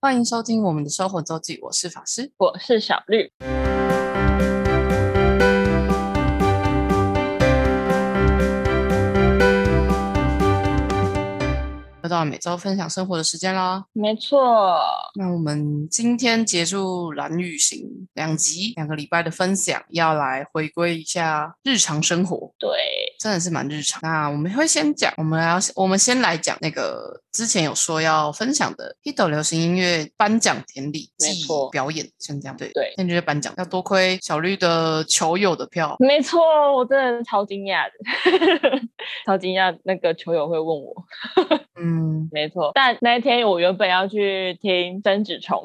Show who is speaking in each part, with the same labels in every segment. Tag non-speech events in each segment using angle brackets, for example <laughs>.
Speaker 1: 欢迎收听我们的生活周记，我是法师。
Speaker 2: 我是小绿。
Speaker 1: 又到了每周分享生活的时间啦。
Speaker 2: 没错，
Speaker 1: 那我们今天结束蓝雨行两集两个礼拜的分享，要来回归一下日常生活，
Speaker 2: 对，
Speaker 1: 真的是蛮日常。那我们会先讲，我们要我们先来讲那个之前有说要分享的一斗流行音乐颁奖典礼
Speaker 2: 没
Speaker 1: 暨
Speaker 2: 错
Speaker 1: 表演，像这样对
Speaker 2: 对
Speaker 1: 那就是颁奖要多亏小绿的球友的票，嗯
Speaker 2: 没错，我真的超惊讶的， <laughs> 超惊讶那个球友会问我，
Speaker 1: 嗯，
Speaker 2: 没错。但那一天我原本要去听曾子虫，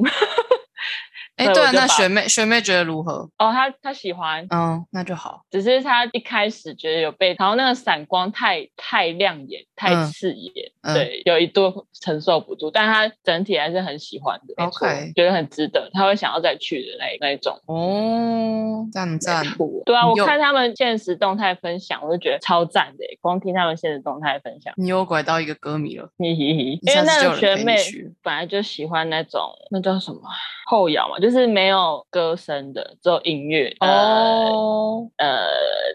Speaker 1: 哎，
Speaker 2: 对
Speaker 1: 对
Speaker 2: 我
Speaker 1: 啊，
Speaker 2: 就
Speaker 1: 那
Speaker 2: 把
Speaker 1: 学妹学妹觉得如何？
Speaker 2: <laughs> 哦，他他喜欢，
Speaker 1: 嗯，那就好。
Speaker 2: 只是他一开始觉得有被，然后那个闪光太太亮眼，太
Speaker 1: 嗯
Speaker 2: 刺眼，
Speaker 1: 嗯
Speaker 2: 对，有一度承受不住，但他整体还是很喜欢的，没错
Speaker 1: OK
Speaker 2: 觉得很值得，他会想要再去的那那一种。
Speaker 1: 哦，赞赞，
Speaker 2: 对啊，
Speaker 1: 你
Speaker 2: 我
Speaker 1: 有
Speaker 2: 看他们现实动态分享，我就觉得超赞的耶，欸光听他们现实动态分享，
Speaker 1: 你又拐到一个歌迷了，
Speaker 2: 嘿嘿嘿。
Speaker 1: 你
Speaker 2: 因为
Speaker 1: 下次
Speaker 2: 那
Speaker 1: 就有
Speaker 2: 个学
Speaker 1: 人陪
Speaker 2: 妹
Speaker 1: 你去。
Speaker 2: 本来就喜欢那种那叫什么啊后摇嘛，就是没有歌声的，只有音乐，
Speaker 1: 哦，
Speaker 2: 呃呃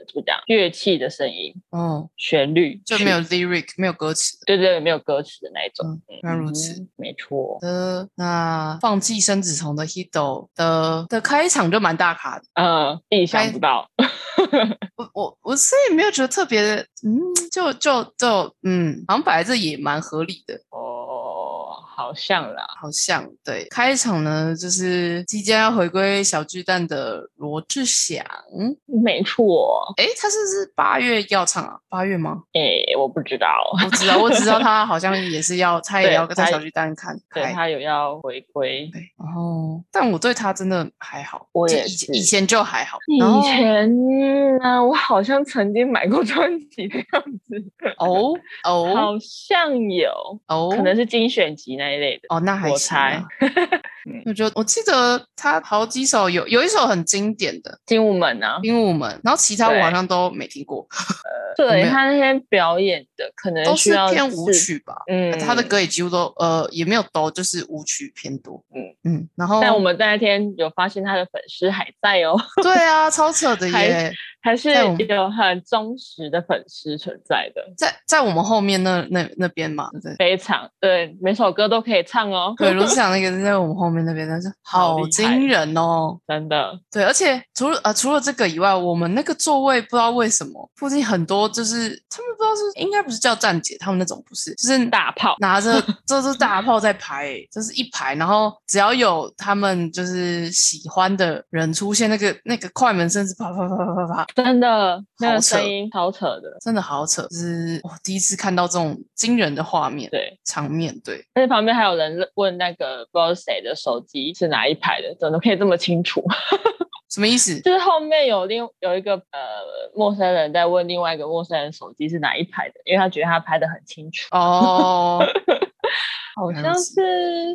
Speaker 2: 怎么讲，乐器的声音、
Speaker 1: 哦，
Speaker 2: 旋律
Speaker 1: 就没有
Speaker 2: 曲
Speaker 1: lyric，没有歌词的。
Speaker 2: 对对，没有歌词的那一种。
Speaker 1: 嗯，原来如此。
Speaker 2: 嗯，没错
Speaker 1: 好。的，那放弃生子虫的 Hido 的的开场就蛮大咖的，
Speaker 2: 嗯，自己想
Speaker 1: 开
Speaker 2: 不到，
Speaker 1: 我我我是也没有觉得特别的，嗯，就就就嗯，好像摆在这也蛮合理的，
Speaker 2: 哦，好像啦，
Speaker 1: 好像对。开场呢，就是即将要回归小巨蛋的罗志祥，
Speaker 2: 没错。
Speaker 1: 诶，他是不是八月要唱啊？八月吗？
Speaker 2: 诶、我不知道。
Speaker 1: 我知道，我只知道他好像也是要，他也
Speaker 2: 对
Speaker 1: 要在
Speaker 2: 他
Speaker 1: 小巨蛋看
Speaker 2: 对
Speaker 1: 开
Speaker 2: 他有要回归，
Speaker 1: 对，然后但我对他真的还好，
Speaker 2: 我
Speaker 1: 就
Speaker 2: 也
Speaker 1: 以
Speaker 2: 是
Speaker 1: 前以前就还好，
Speaker 2: 以
Speaker 1: 然后
Speaker 2: 前呢、我好像曾经买过专辑的样子，
Speaker 1: 哦哦
Speaker 2: <laughs> 好像有，
Speaker 1: 哦，
Speaker 2: 可能是精选集那一类的。
Speaker 1: 哦那还
Speaker 2: 我
Speaker 1: 行啊
Speaker 2: 嗯
Speaker 1: 我觉得我记得他好几首有有一首很经典的
Speaker 2: 精武门啊，
Speaker 1: 《鹦鹉门》，然后其他我
Speaker 2: 对
Speaker 1: 好像都没听过，没
Speaker 2: 对
Speaker 1: 有
Speaker 2: 他那些表演的可能
Speaker 1: 都
Speaker 2: 需
Speaker 1: 是
Speaker 2: 要
Speaker 1: 偏舞
Speaker 2: 是，
Speaker 1: 曲吧。
Speaker 2: 嗯，
Speaker 1: 他的。歌也几乎都呃也没有都就是舞曲偏多，嗯
Speaker 2: 嗯
Speaker 1: 嗯，然后
Speaker 2: 但我们那天有发现他的粉丝还在哦，
Speaker 1: 对啊，超扯的
Speaker 2: 还
Speaker 1: 耶，
Speaker 2: 还是
Speaker 1: 在我们
Speaker 2: 有很忠实的粉丝存在的，
Speaker 1: 在在我们后面那那那边嘛，对不对。
Speaker 2: 非常对，每首歌都可以唱哦，
Speaker 1: 对，罗志祥那个是在我们后面那边，但是
Speaker 2: 好
Speaker 1: 好
Speaker 2: 厉害
Speaker 1: 惊人哦！
Speaker 2: 真的，
Speaker 1: 对，而且除了呃除了这个以外，我们那个座位不知道为什么附近很多就是他们不知道是应该不是叫站姐，他们那种不是，就是
Speaker 2: 大炮，
Speaker 1: 拿着这是大炮在排、欸，这是一排，然后只要有他们就是喜欢的人出现，那个那个快门声是啪啪啪啪啪啪，
Speaker 2: 真的那
Speaker 1: 好
Speaker 2: 个
Speaker 1: 扯
Speaker 2: 声音超扯的，
Speaker 1: 真的好扯，就是我第一次看到这种惊人的画面
Speaker 2: 对。
Speaker 1: 场面，对，
Speaker 2: 而且旁边还有人问那个不知道是谁的手机是哪一排的，怎么可以这么清楚？ <laughs>
Speaker 1: 什么意思？
Speaker 2: 就是后面有另有一个呃陌生人在问另外一个陌生人手机是哪一排的，因为他觉得他拍的很清楚，
Speaker 1: 哦，
Speaker 2: 好
Speaker 1: 原来
Speaker 2: 像
Speaker 1: 如此
Speaker 2: 是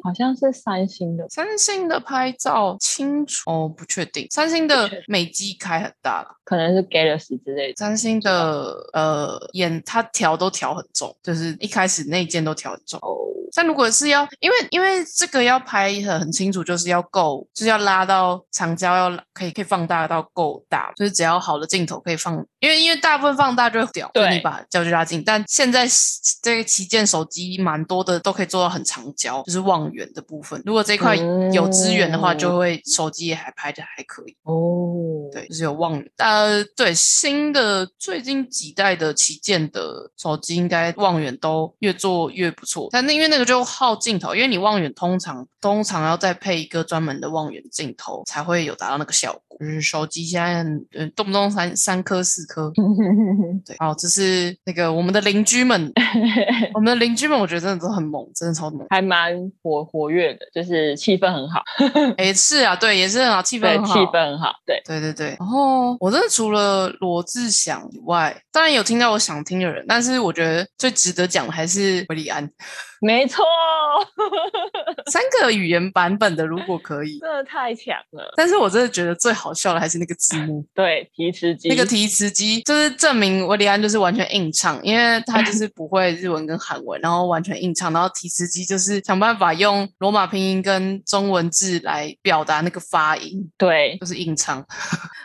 Speaker 2: 好像是三星的，
Speaker 1: 三星的拍照清楚哦，不确定。三星的
Speaker 2: 不确
Speaker 1: 美肌开很大了，
Speaker 2: 可能是 Galaxy 之类的。
Speaker 1: 三星的呃眼它调都调很重，就是一开始那一件都调很重。
Speaker 2: 哦，
Speaker 1: 但如果是要，因为因为这个要拍很很清楚，就是要够，就是要拉到长焦要拉可以可以放大到够大，就是只要好的镜头可以放，因为因为大部分放大就会掉，
Speaker 2: 对
Speaker 1: 就你把焦距拉近。但现在这个旗舰手机蛮多的都可以做到很长焦，就是望远的部分。如果这一块有资源的话，
Speaker 2: 嗯
Speaker 1: 就会手机也还拍的还可以。
Speaker 2: 哦，
Speaker 1: 对，就是有望远。呃，对，新的最近几代的旗舰的手机，应该望远都越做越不错。但那因为那个就耗镜头，因为你望远通常通常要再配一个专门的望远镜头，才会有达到那个效果。就是手机现在很呃动不动三三颗四颗。对，好，这是那个我们的邻居们， <laughs> 我们的邻居们，我觉得真的都很猛，真的超猛。
Speaker 2: <laughs> 还蛮活活跃的，就是气氛很好，
Speaker 1: 哎，是啊，对，也是啊，气氛
Speaker 2: 对，
Speaker 1: 很
Speaker 2: 气
Speaker 1: 好。
Speaker 2: 氛很好，对，
Speaker 1: 对对对。然后我真的除了罗志祥以外，当然有听到我想听的人，但是我觉得最值得讲的还是韦礼安。
Speaker 2: 没错，
Speaker 1: 三个语言版本的，如果可以。
Speaker 2: 真的太强了。
Speaker 1: 但是我真的觉得最好笑的还是那个字幕，
Speaker 2: 对，提词机
Speaker 1: 那个提词机，就是证明维里安就是完全硬唱，因为他
Speaker 2: <laughs>
Speaker 1: 就是不会日文跟韩文，然后完全硬唱，然后提词机就是想办法用罗马拼音跟中文字来表达那个发音，
Speaker 2: 对
Speaker 1: 就是硬唱，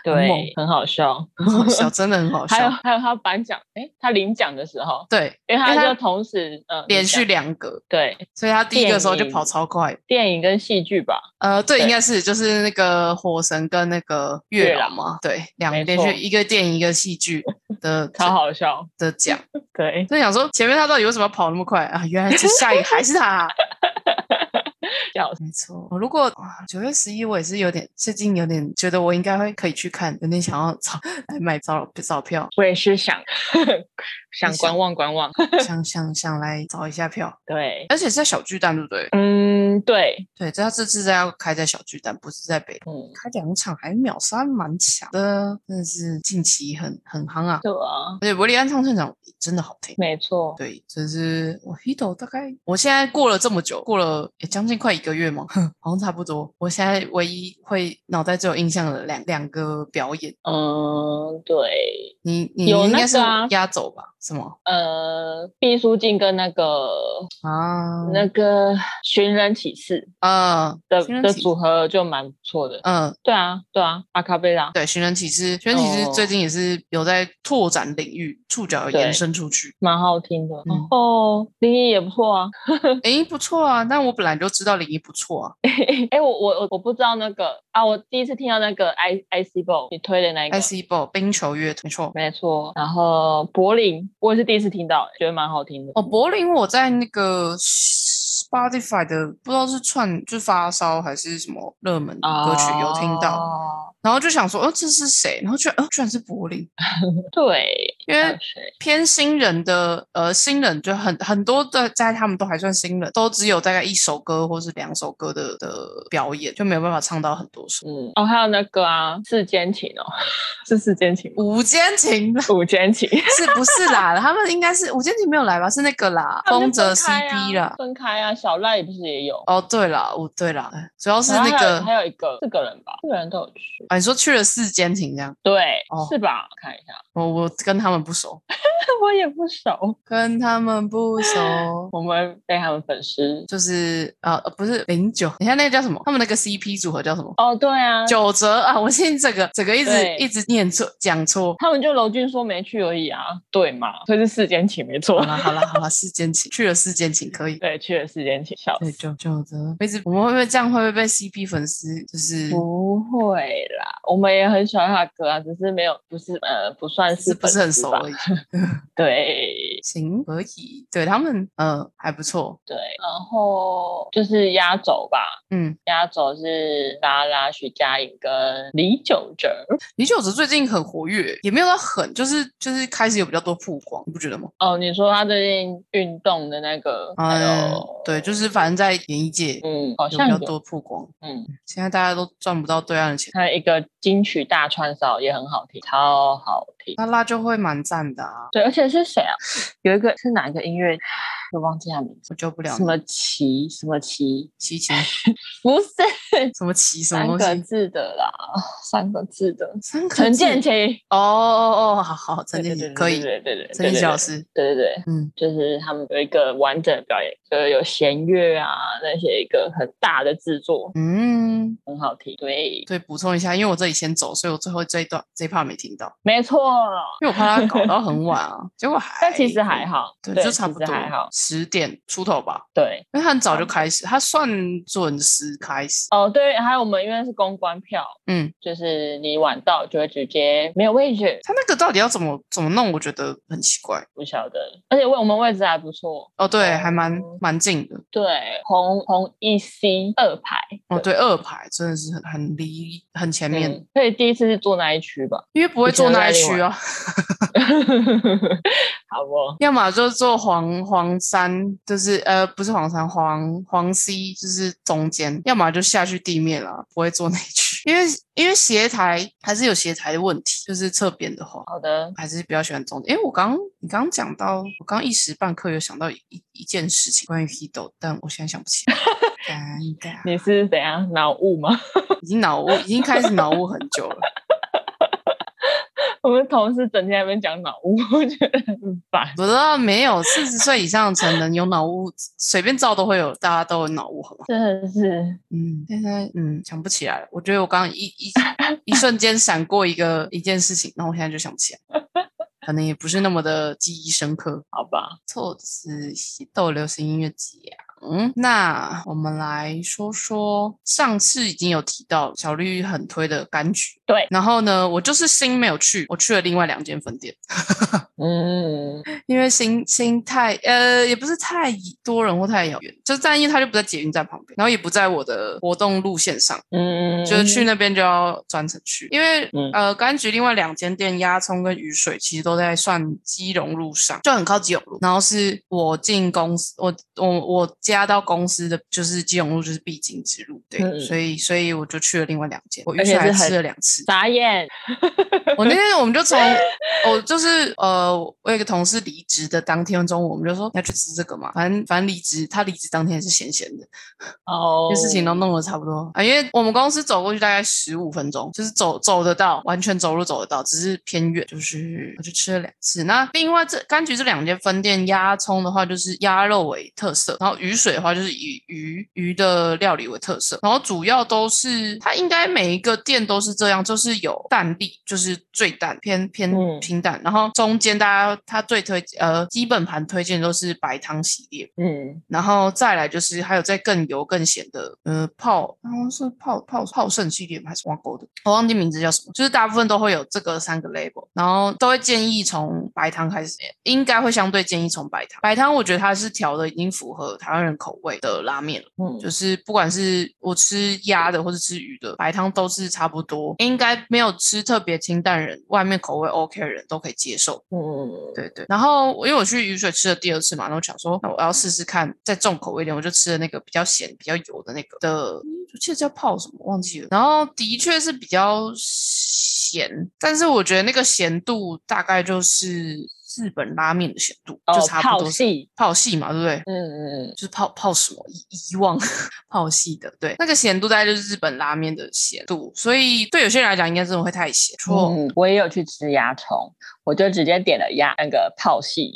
Speaker 1: 很猛
Speaker 2: 对，很好笑。
Speaker 1: 很好
Speaker 2: <laughs>
Speaker 1: 笑，真的很好
Speaker 2: 还有
Speaker 1: 笑。
Speaker 2: 还有他颁奖，哎，他领奖的时候，
Speaker 1: 对，
Speaker 2: 因为
Speaker 1: 因
Speaker 2: 他
Speaker 1: 为他
Speaker 2: 就同时呃
Speaker 1: 连续
Speaker 2: 领奖
Speaker 1: 两个，
Speaker 2: 对
Speaker 1: 所以他第一个时候就
Speaker 2: 电影
Speaker 1: 跑超快。
Speaker 2: 电影跟戏剧吧，
Speaker 1: 呃，对，
Speaker 2: 对
Speaker 1: 应该是就是那个火神跟那个月
Speaker 2: 月
Speaker 1: 老
Speaker 2: 老
Speaker 1: 嘛，对，两
Speaker 2: 没
Speaker 1: 连
Speaker 2: 错
Speaker 1: 续一个电影一个戏剧的
Speaker 2: <laughs> 超好笑。
Speaker 1: 的奖。
Speaker 2: 对，
Speaker 1: 就想说前面他到底为什么要跑那么快啊？原来这下一个还是他、啊
Speaker 2: <laughs> 笑死。
Speaker 1: 没错，我如果啊九月十一，我也是有点最近有点觉得我应该会可以去看，有点想要早来买早早
Speaker 2: <laughs>
Speaker 1: 票，
Speaker 2: 我也是想想
Speaker 1: 你想
Speaker 2: 观望观望。
Speaker 1: 想想想来找一下票，
Speaker 2: 对，
Speaker 1: 而且是在小巨蛋，对不对？
Speaker 2: 嗯，对，
Speaker 1: 对，这他这次在要开在小巨蛋，不是在北。
Speaker 2: 嗯，
Speaker 1: 开两场还秒杀，蛮强的，真的是近期很很夯啊！
Speaker 2: 对啊，
Speaker 1: 而且维利安唱现场真的好听。
Speaker 2: 没错。
Speaker 1: 对，就是我 Hito 大概，我现在过了这么久，过了也将近快一个月嘛， <laughs> 好像差不多。我现在唯一会脑袋最有印象的两两个表演，
Speaker 2: 嗯，对，
Speaker 1: 你你
Speaker 2: 有
Speaker 1: 应
Speaker 2: 那
Speaker 1: 该
Speaker 2: 个
Speaker 1: 是
Speaker 2: 啊
Speaker 1: 压轴吧？什么
Speaker 2: 呃，毕书尽跟那个、
Speaker 1: 啊？
Speaker 2: 那个寻人启事
Speaker 1: 呃
Speaker 2: 的
Speaker 1: 寻人
Speaker 2: 的
Speaker 1: 启
Speaker 2: 组合就蛮不错的。
Speaker 1: 嗯、
Speaker 2: 对啊，对啊，阿卡贝拉。
Speaker 1: 对，寻人启事，寻人启事
Speaker 2: 哦
Speaker 1: 最近也是有在拓展领域，触角有延
Speaker 2: 对
Speaker 1: 伸出去。
Speaker 2: 蛮好听的，
Speaker 1: 嗯
Speaker 2: 然后林一也不错啊。
Speaker 1: 诶，不错啊！但我本来就知道林一不错啊
Speaker 2: <laughs> 哎，我我我我不知道那个啊，我第一次听到那个 I I C b o 你推的那一个
Speaker 1: ，I C Ball 冰球乐，没错。
Speaker 2: 没错。然后柏林，我也是第一次听到，觉得蛮好听的。
Speaker 1: 哦，柏林我在那个 Spotify 的不知道是串就发烧还是什么热门
Speaker 2: 哦
Speaker 1: 歌曲有听到，
Speaker 2: 到，
Speaker 1: 然后就想说，哦，这是谁？然后觉得，哦，居然是柏林，
Speaker 2: 对，
Speaker 1: 因
Speaker 2: 还
Speaker 1: 为
Speaker 2: 有。谁？
Speaker 1: 偏新人的，呃，新人就很很多的，在他们都还算新人，都只有大概一首歌或是两首歌的的表演，就没有办法唱到很多首。
Speaker 2: 嗯，哦，还有那个啊，世间情哦， <laughs> 是世间情吗？
Speaker 1: 午间情啦
Speaker 2: 午间
Speaker 1: <laughs>
Speaker 2: 情，
Speaker 1: 是不是啦？他们应该是午间情没有来吧？是那个啦，
Speaker 2: 他
Speaker 1: 风
Speaker 2: 们就
Speaker 1: 泽
Speaker 2: 分开
Speaker 1: CP
Speaker 2: 啊
Speaker 1: 啦。
Speaker 2: 分开啊，小赖不是也有？
Speaker 1: 哦，对啦，哦，对啦，哎主要是
Speaker 2: 然后
Speaker 1: 那
Speaker 2: 还有
Speaker 1: 个
Speaker 2: 还有一个四个人吧，四个人都有去，
Speaker 1: 啊，你说去了四间情这样，
Speaker 2: 对
Speaker 1: 哦，
Speaker 2: 是吧？看一下， <laughs>
Speaker 1: 我我跟他们不熟，
Speaker 2: 我也不熟，
Speaker 1: 跟他们不熟，
Speaker 2: 我们被他们粉丝
Speaker 1: 就是呃呃不是零九，你看那个叫什么？他们那个 CP 组合叫什么？
Speaker 2: 哦，对啊，
Speaker 1: 九折啊！我现在整个整个一直
Speaker 2: 对
Speaker 1: 一直念错讲错。
Speaker 2: 他们就娄俊说没去而已啊，对嘛？所以是世间情没
Speaker 1: 好
Speaker 2: 错， <laughs>
Speaker 1: 啦好啦好啦，四间情去了四间情可以。
Speaker 2: 对，去了世间情，笑
Speaker 1: 对，
Speaker 2: 死。
Speaker 1: 九九折，一直我们会不会这样？会不会被 CP 粉丝就是
Speaker 2: 不会啦，我们也很喜欢他的歌啊，只是没有，不是呃，不算
Speaker 1: 是不
Speaker 2: 粉
Speaker 1: 是很
Speaker 2: 丝
Speaker 1: 熟
Speaker 2: 吧
Speaker 1: 而已？
Speaker 2: 对
Speaker 1: 行，可以。对他们呃还不错，
Speaker 2: 对，然后就是压轴吧，
Speaker 1: 嗯，
Speaker 2: 压轴是拉拉、徐佳莹跟李玖哲。
Speaker 1: 李玖哲最近很活跃，也没有到很，就是就是开始有比较多曝光，你不觉得吗？
Speaker 2: 哦，你说他最近运动的那个，还
Speaker 1: 嗯
Speaker 2: 有，
Speaker 1: 对，就是反正在演艺界
Speaker 2: 嗯，哎好
Speaker 1: 有比
Speaker 2: 像
Speaker 1: 较
Speaker 2: 有，
Speaker 1: 多曝光。
Speaker 2: 嗯，
Speaker 1: 现在大家都赚不到对岸的钱，
Speaker 2: 还有一个金曲大串烧也很好听，超好听。
Speaker 1: 拉拉就会蛮赞的啊，
Speaker 2: 对，而且是谁啊？有一个是哪一个音乐？我忘记他名字，
Speaker 1: 我救不了
Speaker 2: 什
Speaker 1: 你。
Speaker 2: 么奇什么奇，
Speaker 1: 齐秦
Speaker 2: 不是
Speaker 1: 什么齐什
Speaker 2: 三
Speaker 1: 么
Speaker 2: 个
Speaker 1: 东西？
Speaker 2: 字的啦，三个字的
Speaker 1: 三个
Speaker 2: 陈
Speaker 1: 字
Speaker 2: 建奇。
Speaker 1: 哦哦哦，好好，陈
Speaker 2: 对对
Speaker 1: 建
Speaker 2: 对
Speaker 1: 奇可以，
Speaker 2: 对对对对，
Speaker 1: 陈建奇老师，
Speaker 2: 对对对，
Speaker 1: 嗯，
Speaker 2: 就是他们有一个完整的表演，就是有弦乐啊那些一个很大的制作，
Speaker 1: 嗯，
Speaker 2: 很好听。对，
Speaker 1: 对，补充一下，因为我这里先走，所以我最后这一段这一 part 没听到，
Speaker 2: 没错。
Speaker 1: 因为我怕他搞到很晚啊，结果还，
Speaker 2: <laughs> 但其实还，好，
Speaker 1: 对，
Speaker 2: 对，
Speaker 1: 就差不多
Speaker 2: 其实还好。
Speaker 1: 十点出头吧，
Speaker 2: 对，
Speaker 1: 因为他很早就开始，他算准时开始，
Speaker 2: 哦对，还有我们因为是公关票，
Speaker 1: 嗯，
Speaker 2: 就是你晚到就会直接没有位置，
Speaker 1: 他那个到底要怎么怎么弄，我觉得很奇怪。
Speaker 2: 不晓得。而且位我们位置还不错，
Speaker 1: 哦，对，还蛮
Speaker 2: 哦
Speaker 1: 蛮近的。
Speaker 2: 对，红红一 C 二排。
Speaker 1: 哦，对，二排真的是很很离很前面，
Speaker 2: 嗯，所以第一次是坐那一区吧？ <laughs>
Speaker 1: 因为不会坐那一区啊，
Speaker 2: 好哦不？
Speaker 1: 要么就坐黄黄山，就是呃不是黄山黄黄西，就是中间，要么就下去地面了，不会坐那一区。因为因为斜台还是有斜台的问题，就是侧边的话，
Speaker 2: 好的，
Speaker 1: 还是比较喜欢中间。哎，我刚你刚刚讲到，我刚一时半刻有想到一一一件事情关于 Hido，但我现在想不起来，尴尬，
Speaker 2: 你是怎样脑雾吗？ <laughs>
Speaker 1: 已经脑雾，已经开始脑雾很久了。
Speaker 2: 我们同事整天在那边讲脑雾，我觉得很烦。
Speaker 1: 不知道没有四十岁以上的成人有脑雾，随便照都会有，大家都有脑雾，好吗？
Speaker 2: 真的是
Speaker 1: 嗯，现在嗯想不起来了。我觉得我刚刚一一一瞬间闪过一个一件事情，然后我现在就想不起来，可能也不是那么的记忆深刻。
Speaker 2: 好吧？
Speaker 1: 错是西豆流行音乐奖。那我们来说说上次已经有提到小绿很推的柑橘，
Speaker 2: 对
Speaker 1: 然后呢，我就是新没有去，我去了另外两间分店，
Speaker 2: 嗯，
Speaker 1: 因为新新太呃也不是太多人或太遥远，就但因为它就不在捷运站旁边，然后也不在我的活动路线上，
Speaker 2: 嗯，
Speaker 1: 就是去那边就要专程去，因为、
Speaker 2: 嗯
Speaker 1: 呃，柑橘另外两间店鸭葱跟雨水其实都在算基隆路上，就很靠基隆路。然后是我进公司，我我我家到公司的就是基隆路就是必经之路，对，
Speaker 2: 嗯
Speaker 1: 所以所以我就去了另外两间，我于
Speaker 2: 而且
Speaker 1: 是还
Speaker 2: 是很
Speaker 1: 吃了两次。
Speaker 2: 眨眼，
Speaker 1: 我那天我们就从我就是呃，我有一个同事离职的当天中午，我们就说要去吃这个嘛，反正反正离职，他离职当天也是咸咸的，
Speaker 2: 哦，
Speaker 1: 这些事情都弄得差不多啊，因为我们公司走过去大概十五分钟，就是走走得到，完全走路走得到，只是偏远。就是我就吃了两次。那另外这柑橘这两间分店，鸭葱的话就是鸭肉为特色，然后鱼水的话就是以鱼鱼的料理为特色，然后主要都是它应该每一个店都是这样，就是有蛋粒，就是最淡偏偏
Speaker 2: 嗯
Speaker 1: 平淡，然后中间大家它最推呃基本盘推荐都是白汤系列，
Speaker 2: 嗯，
Speaker 1: 然后再来就是还有再更油更咸的，呃，泡好像是泡泡泡盛系列吗还是挖沟的，我忘记名字叫什么，就是大部分都会有这个三个 label，然后都会建议从白糖开始，应该会相对建议从白糖。白糖我觉得它是调的已经符合台湾人口味的拉面了，
Speaker 2: 嗯，
Speaker 1: 就是不管是我吃鸭的或是吃鱼的，白汤都是差不多，应该没有吃特别清淡人，外面口味 OK 的人都可以接受。
Speaker 2: 嗯，
Speaker 1: 对对，然后因为我去雨水吃了第二次嘛，然后想说，那我要试试看，再重口味一点，我就吃了那个比较咸、比较油的那个的，我记得叫泡什么忘记了。然后的确是比较咸，但是我觉得那个咸度大概就是日本拉面的咸度，
Speaker 2: 哦
Speaker 1: 就差不
Speaker 2: 泡
Speaker 1: 多是
Speaker 2: 戏，
Speaker 1: 泡系嘛，对不对？
Speaker 2: 嗯嗯
Speaker 1: 就是泡泡什么遗遗忘 <laughs> 泡系的，对，那个咸度大概就是日本拉面的咸度，所以对有些人来讲应该真的会太咸。错、
Speaker 2: 嗯，我也有去吃鸭葱，我就直接点了鸭那个泡戏，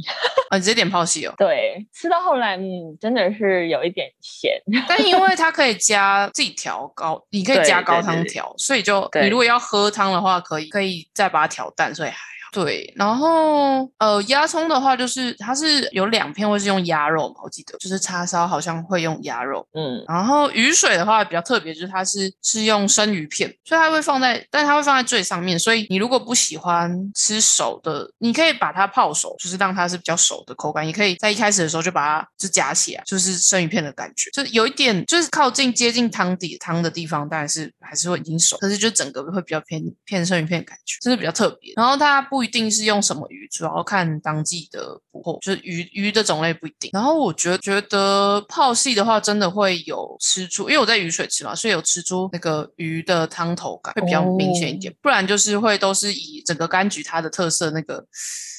Speaker 1: 啊，你直接点泡系哦。
Speaker 2: 对，吃到后来，嗯，真的是有一点咸，
Speaker 1: 但因为它可以加自己调高，你可以
Speaker 2: 对
Speaker 1: 加高
Speaker 2: 对对
Speaker 1: 汤
Speaker 2: 对
Speaker 1: 调，所以就
Speaker 2: 对
Speaker 1: 你如果要喝汤的话，可以可以再把它调淡，所以还好。对，然后呃，鸭葱的话就是它是有两片会是用鸭肉嘛，我记得就是叉烧好像会用鸭肉，
Speaker 2: 嗯
Speaker 1: 然后鱼水的话比较特别，就是它是是用生鱼片，所以它会放在，但它会放在最上面。所以你如果不喜欢吃熟的，你可以把它泡熟，就是让它是比较熟的口感。也可以在一开始的时候就把它就夹起来，就是生鱼片的感觉，就是有一点就是靠近接近汤底汤的地方，当然是还是会已经熟，可是就整个会比较偏偏生鱼片的感觉，这是比较特别。然后它不一定是用什么鱼，主要看当季的捕获，就是鱼鱼的种类不一定。然后我觉得觉得泡系的话，真的会有吃出，因为我在鱼水吃嘛，所以有吃出那个鱼的汤头感会比较明显一
Speaker 2: 哦
Speaker 1: 点，不然就是会都是以整个柑橘它的特色那个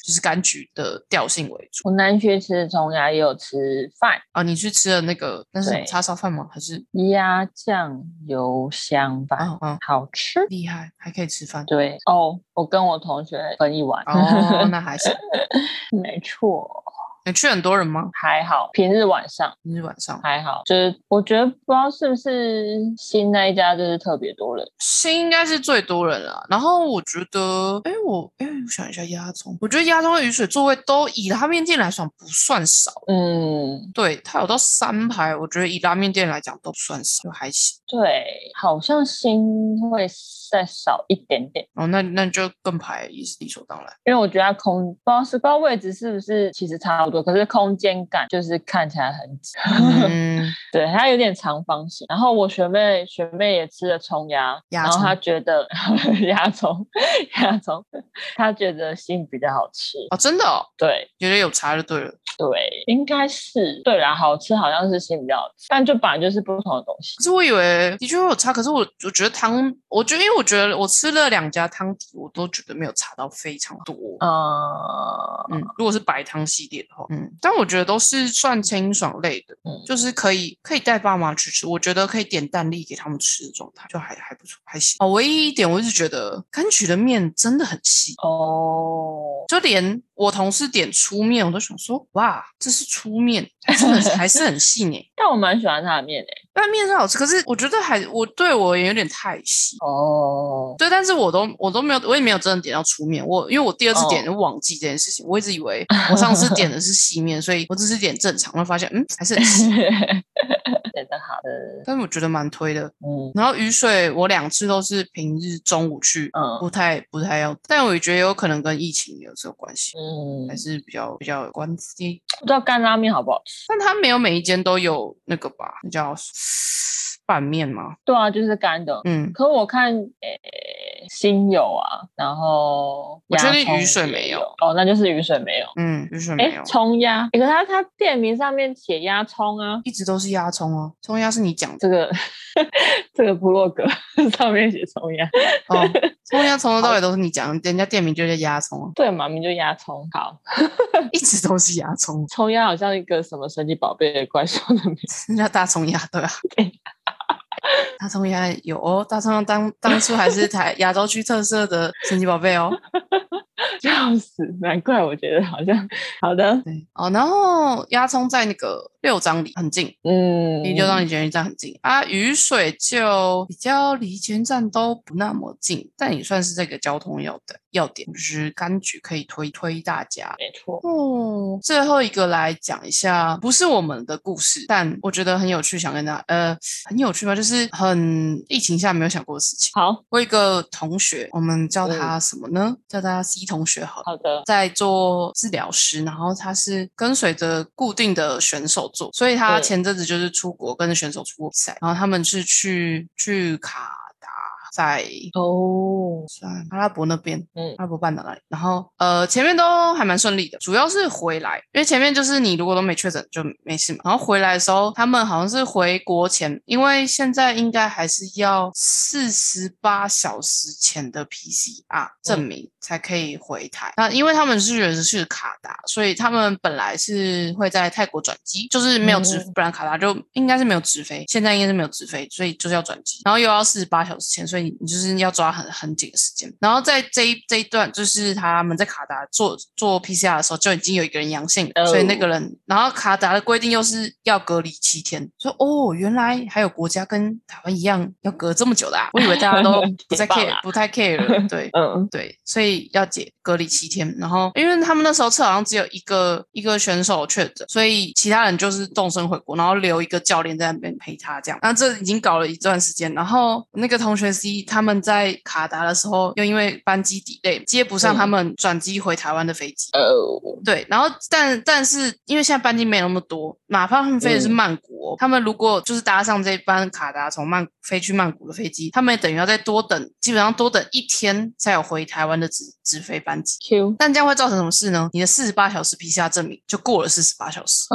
Speaker 1: 就是柑橘的调性为主。
Speaker 2: 我南区吃葱鸭，也有吃饭，
Speaker 1: 啊，你去吃了那个那是
Speaker 2: 对
Speaker 1: 叉烧饭吗？还是
Speaker 2: 鸭酱油香
Speaker 1: 啊
Speaker 2: 饭，
Speaker 1: 啊
Speaker 2: 好吃。
Speaker 1: 厉害，还可以吃饭
Speaker 2: 对哦，我跟我同学分一碗，
Speaker 1: 哦，那还行。
Speaker 2: <laughs> 没错，
Speaker 1: 你去很多人吗？
Speaker 2: 还好。平日晚上
Speaker 1: 今天晚上
Speaker 2: 还好，就是我觉得不知道是不是新那一家就是特别多人，
Speaker 1: 新应该是最多人了啊。然后我觉得，哎，我哎，我想一下鸭葱，我觉得鸭葱和雨水座位都以拉面店来讲不算少，
Speaker 2: 嗯，
Speaker 1: 对，它有到三排，我觉得以拉面店来讲都不算少，就还行。
Speaker 2: 对，好像新会再少一点点，
Speaker 1: 哦，那那就更排也是理所当然。
Speaker 2: 因为我觉得它空不知道是不知道位置是不是其实差不多作，可是空间感就是看起来很挤。
Speaker 1: 嗯，
Speaker 2: <laughs> 对，它有点长方形。然后我学妹学妹也吃了葱芽，
Speaker 1: 蚜
Speaker 2: 然后
Speaker 1: 虫
Speaker 2: 她觉得 <laughs> 蚜虫蚜虫，她觉得杏比较好吃。
Speaker 1: 哦，真的哦，
Speaker 2: 对
Speaker 1: 觉得有差就对了。
Speaker 2: 对，应该是对啦，好吃好像是杏比较好吃，但就本来就是不同的东西
Speaker 1: 可。是我以为的确会有差，可是我我觉得汤，我觉得因为我觉得我吃了两家汤底，我都觉得没有差到非常多。
Speaker 2: 嗯呃，
Speaker 1: 嗯，如果是白汤系列的话，嗯，但我觉得都是算清爽类的，
Speaker 2: 嗯
Speaker 1: 就是可以可以带爸妈去吃，我觉得可以点蛋力给他们吃的状态，就还还不错，还行。哦，唯一一点我一直觉得柑橘的面真的很细，
Speaker 2: 哦，
Speaker 1: 就连我同事点粗面，我都想说，哇，这是粗面，真的是还是很细呢。 <laughs>
Speaker 2: 但我蛮喜欢它的面欸诶、
Speaker 1: 但面是好吃，可是我觉得还我对我也有点太细。
Speaker 2: 哦， <laughs>
Speaker 1: 对，但是我都我都没有，我也没有真的点到粗面。我因为我第二次
Speaker 2: 哦
Speaker 1: 点就忘记这件事情，我一直以
Speaker 2: <laughs>
Speaker 1: 为我上次点的是细面，所以我只是点正常，然后发现嗯还是很
Speaker 2: <laughs>
Speaker 1: 细。
Speaker 2: 真的好的，
Speaker 1: 但是我觉得蛮推的。
Speaker 2: 嗯
Speaker 1: 然后雨水我两次都是平日中午去，不
Speaker 2: 嗯
Speaker 1: 太不太要，但我也觉得有可能跟疫情也有这个关系，
Speaker 2: 嗯，
Speaker 1: 还是比较比较有关系。
Speaker 2: 不知道干拉面好不好吃？
Speaker 1: 但它没有每一间都有那个吧，那叫拌面吗？
Speaker 2: 对啊，就是干的。
Speaker 1: 嗯，
Speaker 2: 可我看，诶、新有啊，然后
Speaker 1: 我确定
Speaker 2: 鸭葱
Speaker 1: 雨水没
Speaker 2: 也
Speaker 1: 有
Speaker 2: 有，哦，那就是雨水没有。
Speaker 1: 嗯，雨水没
Speaker 2: 哎，
Speaker 1: 有，
Speaker 2: 葱鸭，诶可是它它店名上面写鸭葱啊，
Speaker 1: 一直都是压葱哦，葱压是你讲的
Speaker 2: 这个 <laughs> 这个部落格 <laughs> 上面写葱鸭，
Speaker 1: 哦， <laughs> 葱鸭从头到尾都是你讲，人家店名就叫鸭葱啊，
Speaker 2: 对嘛，名就鸭葱。好，
Speaker 1: 一直都是鸭葱， <laughs>
Speaker 2: 葱鸭好像一个什么神奇宝贝的怪兽的名字，
Speaker 1: 人家大葱鸭对吧、啊
Speaker 2: 对
Speaker 1: 大葱鸭有哦，大葱鸭当当初还是台亚洲区特色的神奇宝贝哦。
Speaker 2: 笑死，难怪我觉得好像好的，
Speaker 1: 对哦，然后鸭葱在那个六张里很近，
Speaker 2: 嗯，
Speaker 1: 离六张里捷运站很近啊。雨水就比较离捷运站都不那么近，但也算是这个交通要的要点，就是柑橘可以推推大家。
Speaker 2: 没错，
Speaker 1: 哦，最后一个来讲一下，不是我们的故事，但我觉得很有趣，想跟大家呃，很有趣吧，就是很疫情下没有想过的事情。
Speaker 2: 好
Speaker 1: 我有一个同学，我们叫他什么呢？叫他 C 同学好了。
Speaker 2: 好的，
Speaker 1: 在做治疗师，然后他是跟随着固定的选手做，所以他
Speaker 2: 嗯
Speaker 1: 前阵子就是出国跟着选手出国比赛，然后他们是去去卡达，在
Speaker 2: 哦，
Speaker 1: 算阿拉伯那边，
Speaker 2: 嗯
Speaker 1: 阿拉伯半岛那里。然后呃，前面都还蛮顺利的，主要是回来，因为前面就是你如果都没确诊就没事嘛。然后回来的时候，他们好像是回国前，因为现在应该还是要四十八小时前的 PCR 证明才可以回台。那因为他们是人是卡达，所以他们本来是会在泰国转机，就是没有直，
Speaker 2: 嗯嗯
Speaker 1: 不然卡达就应该是没有直飞，现在应该是没有直飞，所以就是要转机，然后又要四十八小时前，所以你就是要抓很很紧的时间。然后在这一这一段，就是他们在卡达做做 PCR 的时候，就已经有一个人阳性了，
Speaker 2: 哦
Speaker 1: 所以那个人，然后卡达的规定又是要隔离七天，说哦，原来还有国家跟台湾一样要隔这么久的、啊，我以为大家都不
Speaker 2: 解
Speaker 1: 再
Speaker 2: 放
Speaker 1: care，
Speaker 2: 啦
Speaker 1: 不太 care，了对。
Speaker 2: 嗯
Speaker 1: 对，所以要解隔离七天。然后，因为他们那时候测好像只有一个一个选手确诊，所以其他人就是动身回国，然后留一个教练在那边陪他这样。那这已经搞了一段时间。然后那个同学 C 他们在卡达的时候，又因为班机 delay 接不上
Speaker 2: 嗯
Speaker 1: 他们转机回台湾的飞机。
Speaker 2: 哦，
Speaker 1: 对，然后但但是因为现在班机没有那么多，哪怕他们飞的是
Speaker 2: 嗯
Speaker 1: 曼谷哦、他们如果就是搭上这班卡达从曼谷飞去曼谷的飞机，他们等于要再多等，基本上多等一天才有回台湾的直直飞班机。
Speaker 2: Q
Speaker 1: 但这样会造成什么事呢？你的四十八小时 PCR 证明就过了四十八小时。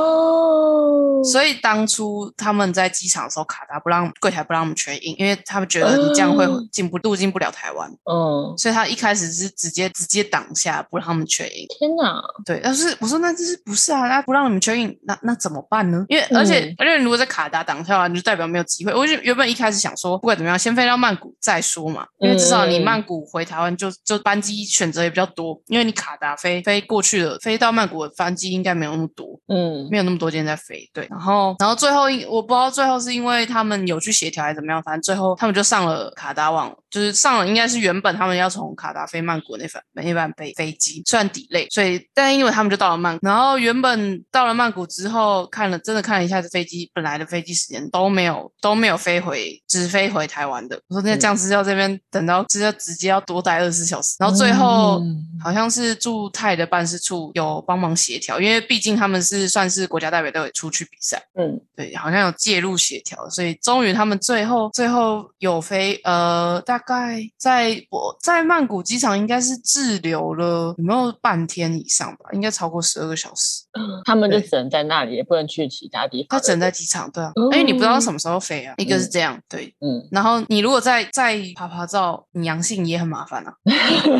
Speaker 2: 哦，
Speaker 1: 所以当初他们在机场的时候，卡达不让柜台不让我们缺印，因为他们觉得你这样会
Speaker 2: 哦
Speaker 1: 进不入境不了台湾，
Speaker 2: 嗯，
Speaker 1: 所以他一开始是直接直接挡下，不让他们缺印。
Speaker 2: 天哪，
Speaker 1: 对，但是我说那这是不是啊？那不让你们 check in，那那怎么办呢？因为
Speaker 2: 嗯
Speaker 1: 而且、而且如果在卡达挡下来，你就代表没有机会。我就原本一开始想说，不管怎么样，先飞到曼谷再说嘛，因为至少你
Speaker 2: 嗯嗯嗯
Speaker 1: 曼谷回台湾就就班机选择也比较多，因为你卡达飞飞过去了，飞到曼谷的班机应该没有那么多。
Speaker 2: 嗯
Speaker 1: 没有那么多间在飞，对。然后，然后最后因我不知道最后是因为他们有去协调还是怎么样，反正最后他们就上了卡达网就是上了应该是原本他们要从卡达飞曼谷那班那班飞飞机，虽然 delay，所以但因为他们就到了曼谷，然后原本到了曼谷之后看了真的看了一下子飞机，本来的飞机时间都没有都没有飞回，只飞回台湾的。我说那
Speaker 2: 嗯
Speaker 1: 这样子要这边等到直接直接要多待二十四小时，然后
Speaker 2: 嗯
Speaker 1: 最后。好像是驻泰的办事处有帮忙协调，因为毕竟他们是算是国家代表队出去比赛，
Speaker 2: 嗯，
Speaker 1: 对，好像有介入协调，所以终于他们最后最后有飞，呃，大概在我在曼谷机场应该是滞留了有没有半天以上吧，应该超过十二个小时，
Speaker 2: 他们就
Speaker 1: 对
Speaker 2: 只能在那里，也不能去其他地方。
Speaker 1: 他只能
Speaker 2: 对
Speaker 1: 在机场，对啊，因为你不知道什么时候飞啊，一个是这样，对。
Speaker 2: 嗯，
Speaker 1: 然后你如果再再爬爬照，你阳性也很麻烦啊，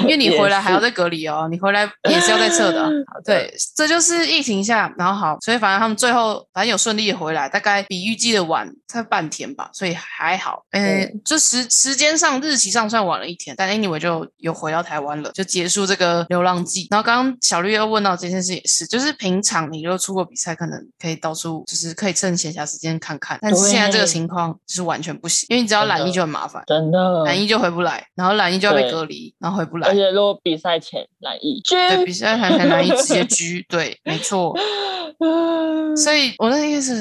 Speaker 1: 因为你回来还要
Speaker 2: 在
Speaker 1: 再隔离哦，你回来也是要再测
Speaker 2: <laughs>
Speaker 1: 的啊、对，这就是疫情下，然后好，所以反正他们最后反正有顺利的回来，大概比预计的晚才半天吧，所以还好。嗯、
Speaker 2: 对
Speaker 1: 就时时间上日期上算晚了一天，但 anyway 就有回到台湾了，就结束这个流浪记。然后刚刚小绿又问到这件事也是，就是平常你如果出国比赛，可能可以到处就是可以趁闲暇时间看看，但是现在这个
Speaker 2: 对
Speaker 1: 情况就是完全不行，因为你只要
Speaker 2: 真的
Speaker 1: 懒疫就很麻烦。
Speaker 2: 真的。
Speaker 1: 懒疫就回不来，然后懒疫就要被
Speaker 2: 对哎
Speaker 1: 隔离，然后回不来
Speaker 2: 而。且如果比赛前难以，
Speaker 1: 对，
Speaker 2: <laughs>
Speaker 1: 比赛还很难以直接狙，对，没错。
Speaker 2: 嗯
Speaker 1: 所以我那天是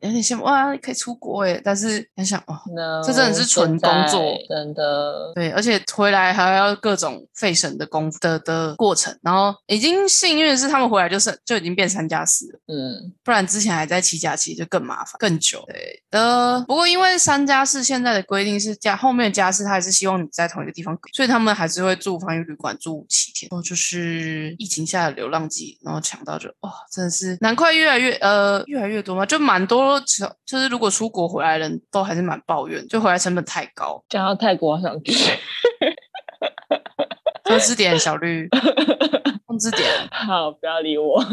Speaker 1: 有点羡慕哇，可以出国哎，但是很想哦，
Speaker 2: No，
Speaker 1: 这真的是纯工作
Speaker 2: 现在真的。
Speaker 1: 对，而且回来还要各种费神的功夫的的过程，然后已经幸运的是他们回来就是就已经变三加四了，
Speaker 2: 嗯，
Speaker 1: 不然之前还在七加七就更麻烦更久。对的，不过因为三加四现在的规定是加后面的加四，他还是希望你在同一个地方，所以他们还是会住防疫旅馆住七天，哦，就是疫情下的流浪记，然后抢到就哇、真的是难怪越来越呃越来越多嘛，就蛮多就就是如果出国回来的人都还是蛮抱怨，就回来成本太
Speaker 2: <laughs>
Speaker 1: 高。
Speaker 2: 讲到泰国，我想去。 <laughs>
Speaker 1: 喝支点，小绿，控制点。
Speaker 2: 好，不要理我，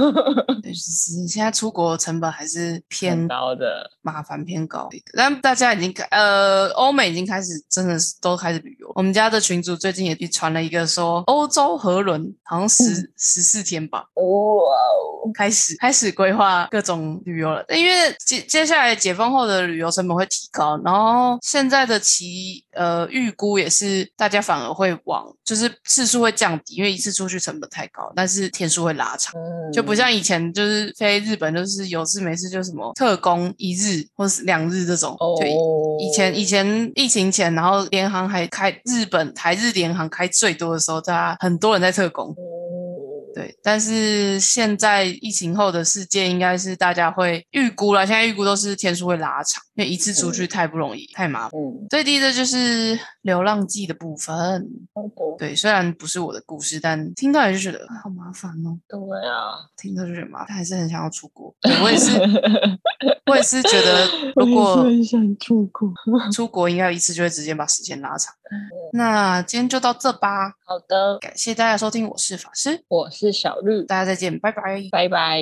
Speaker 1: 对就是现在出国成本还是
Speaker 2: 很 <laughs>
Speaker 1: 偏
Speaker 2: 高的。
Speaker 1: 麻烦偏高，但大家已经开呃，欧美已经开始真的是都开始旅游。我们家的群主最近也传了一个说，欧洲河轮好像十十四天吧，
Speaker 2: 哇哦，
Speaker 1: 开始开始规划各种旅游了，因为接接下来解封后的旅游成本会提高，然后现在的期呃预估也是大家反而会往就是次数会降低，因为一次出去成本太高，但是天数会拉长。
Speaker 2: 嗯，
Speaker 1: 就不像以前，就是飞日本，就是有事没事就什么特工一日或是两日这种，
Speaker 2: 哦
Speaker 1: 就以以前以前疫情前，然后联航还开日本台日联航开最多的时候，大家很多人在特
Speaker 2: 哦
Speaker 1: 工，
Speaker 2: 嗯
Speaker 1: 对，但是现在疫情后的世界，应该是大家会预估了。现在预估都是天数会拉长，因为一次出去太不容易，太麻烦。
Speaker 2: 嗯，
Speaker 1: 最低的就是流浪记的部分，
Speaker 2: 好的，
Speaker 1: 对，虽然不是我的故事，但听到也就觉得啊好麻烦哦，
Speaker 2: 对啊，
Speaker 1: 听到就觉得麻烦，但还是很想要出国。 <laughs> 对我也是，我也是觉得如果
Speaker 2: 想出国。
Speaker 1: 出国，应该一次就会直接把时间拉长。那今天就到这吧，
Speaker 2: 好的，
Speaker 1: 感谢大家收听，我是法师，
Speaker 2: 我是小绿，
Speaker 1: 大家再见，拜拜。
Speaker 2: 拜拜。